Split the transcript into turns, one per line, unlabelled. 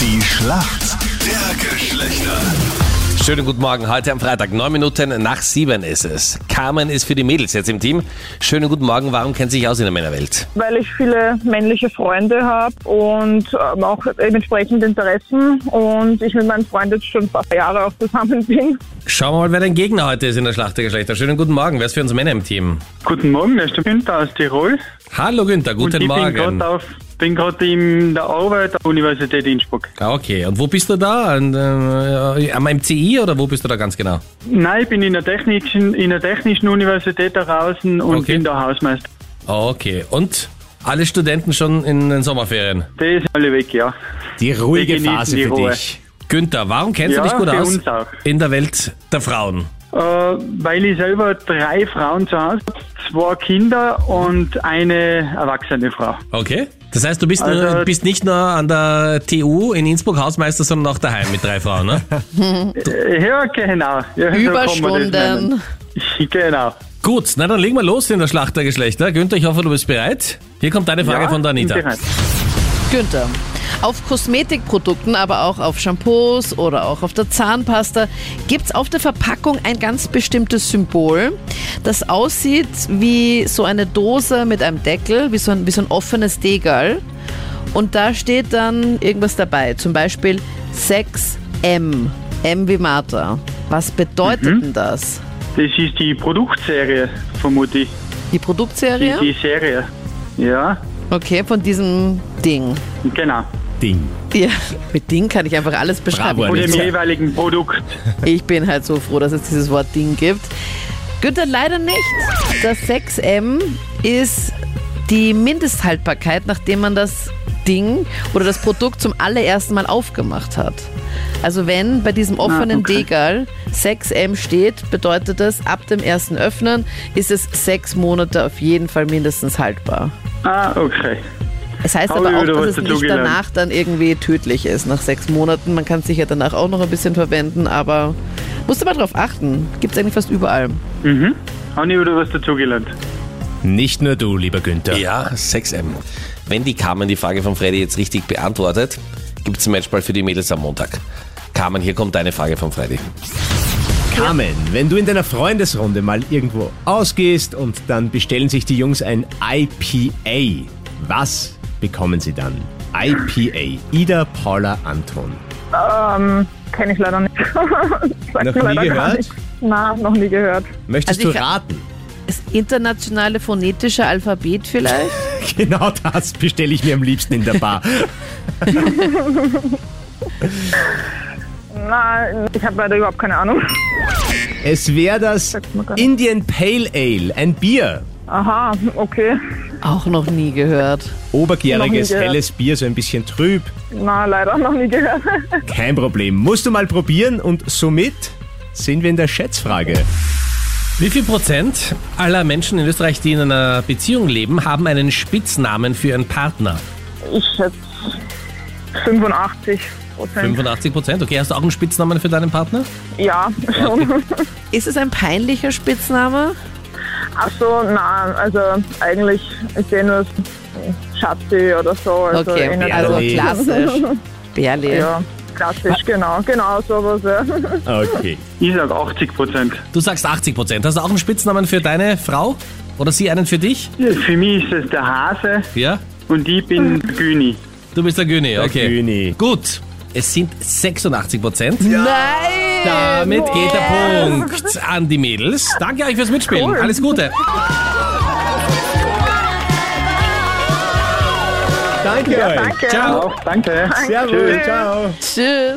Die Schlacht der Geschlechter.
Schönen guten Morgen. Heute am Freitag, neun Minuten nach sieben ist es. Carmen ist für die Mädels jetzt im Team. Schönen guten Morgen. Warum kennt sich aus in der Männerwelt?
weil ich viele männliche Freunde habe und ähm, auch entsprechend Interessen und ich mit meinen Freunden jetzt schon ein paar Jahre auch zusammen bin.
Schauen wir mal, wer dein Gegner heute ist in der Schlacht der Geschlechter. Schönen guten Morgen. Wer ist für uns Männer im Team?
Guten Morgen, das ist der Günther aus Tirol.
Hallo Günther,
und
guten
ich bin
Morgen.
gerade auf, bin gerade in der Arbeit an der Universität Innsbruck.
Ah, Okay, und wo bist du da? Und, äh, am MCI oder wo bist du da ganz genau?
Nein, ich bin in der technischen, in der technischen Universität da draußen und
Okay.
bin der Hausmeister.
Ah, Okay, und alle Studenten schon in den Sommerferien?
Die sind alle weg, ja.
Die
Wir
ruhige
genießen
Phase
die
für
Ruhe.
dich.
Günther, warum kennst
Ja,
du dich gut
für
aus
uns auch.
in der Welt der Frauen?
Äh, weil ich selber drei Frauen zu Hause habe, zwei Kinder und eine erwachsene Frau.
Okay. Das heißt, du bist,
Also-
nur, bist nicht nur an der TU in Innsbruck Hausmeister, sondern auch daheim mit drei Frauen, ne?
Äh, Ja, genau. Ja, so kann man das nennen.
Überstunden.
genau.
Gut, na dann legen wir los in der Schlacht der Geschlechter. Günther, ich hoffe, du bist bereit. Hier kommt deine Frage
Ja,
von der Anita.
bin bereit.
Günther, auf Kosmetikprodukten, aber auch auf Shampoos oder auch auf der Zahnpasta gibt's auf der Verpackung ein ganz bestimmtes Symbol, das aussieht wie so eine Dose mit einem Deckel, wie so ein, wie so ein offenes Degal. Und da steht dann irgendwas dabei, zum Beispiel 6M, M wie Martha. Was bedeutet
Mhm.
denn das?
Das ist die Produktserie, vermute ich.
Die
Die,
Produktserie?
die Serie. Ja,
Okay, von diesem Ding.
genau.
Ding.
Ja, mit Ding kann ich einfach alles beschreiben.
Bravo,
Von dem
Anita.
jeweiligen Produkt.
Ich bin halt so froh, dass es dieses Wort Ding gibt. Günther, leider nicht. Das 6M ist die Mindesthaltbarkeit, nachdem man das Ding oder das Produkt zum allerersten Mal aufgemacht hat. Also wenn bei diesem offenen
okay.
Degal 6M steht, bedeutet das, ab dem ersten Öffnen ist es sechs Monate auf jeden Fall mindestens haltbar.
Ah, okay.
Es heißt
Hab
aber
ich
auch,
wieder was
dass es nicht
dazugelernt.
danach dann irgendwie tödlich ist, nach sechs Monaten. Man kann es sicher danach auch noch ein bisschen verwenden, aber musst du mal drauf achten. Gibt es eigentlich fast überall.
Habe ich wieder was dazugelernt.
Nicht nur du, lieber Günther.
Ja, 6M. Wenn die Carmen die Frage von Freddy jetzt richtig beantwortet, gibt es einen Matchball für die Mädels am Montag. Carmen, hier kommt deine Frage von Freddy.
Carmen, wenn du in deiner Freundesrunde mal irgendwo ausgehst und dann bestellen sich die Jungs ein IPA, was bekommen sie dann? IPA. Ida Paula Anton.
Ähm, kenne ich leider nicht. Sagt
Noch
mir leider
nie
gar
gehört?
nichts. Nein, noch nie gehört.
Möchtest
Also
du
ich-
raten?
Das internationale phonetische Alphabet vielleicht?
Genau das bestelle ich mir am liebsten in der Bar.
Nein, ich habe leider überhaupt keine Ahnung.
Es wäre das
Sagt mir gar nicht.
Indian Pale Ale, ein Bier.
Aha, okay.
auch noch nie gehört.
Obergäriges,
Noch nie gehört.
helles Bier, so ein bisschen trüb.
Nein, leider noch nie gehört.
Kein Problem. Musst du mal probieren und somit sind wir in der Schätzfrage.
Wie viel Prozent aller Menschen in Österreich, die in einer Beziehung leben, haben einen Spitznamen für ihren Partner?
Ich schätze 85 Prozent.
85 Prozent. Okay, hast du auch einen Spitznamen für deinen Partner?
Ja, schon.
Ist es ein peinlicher Spitzname?
Ach so, nein, also eigentlich ist eh nur Schatzi oder so. Also
Okay,
eh nicht
also
so.
Bärli.
klassisch. Berli.
Ja, klassisch, genau, genau sowas. Ja.
Okay.
Ich sag 80 Prozent.
Du sagst 80 Prozent. Hast du auch einen Spitznamen für deine Frau? Oder sie einen für dich?
Für mich ist es der Hase
Ja?
und ich bin Güni.
Du bist der Güni, okay.
Güni.
Gut. Es sind 86 Prozent.
Nein!
Damit geht der Punkt an die Mädels. Danke euch fürs Mitspielen. Alles Gute.
Danke euch.
Danke.
Ciao.
Auch, danke.
Servus.
Tschüss.
Ciao.
Tschüss.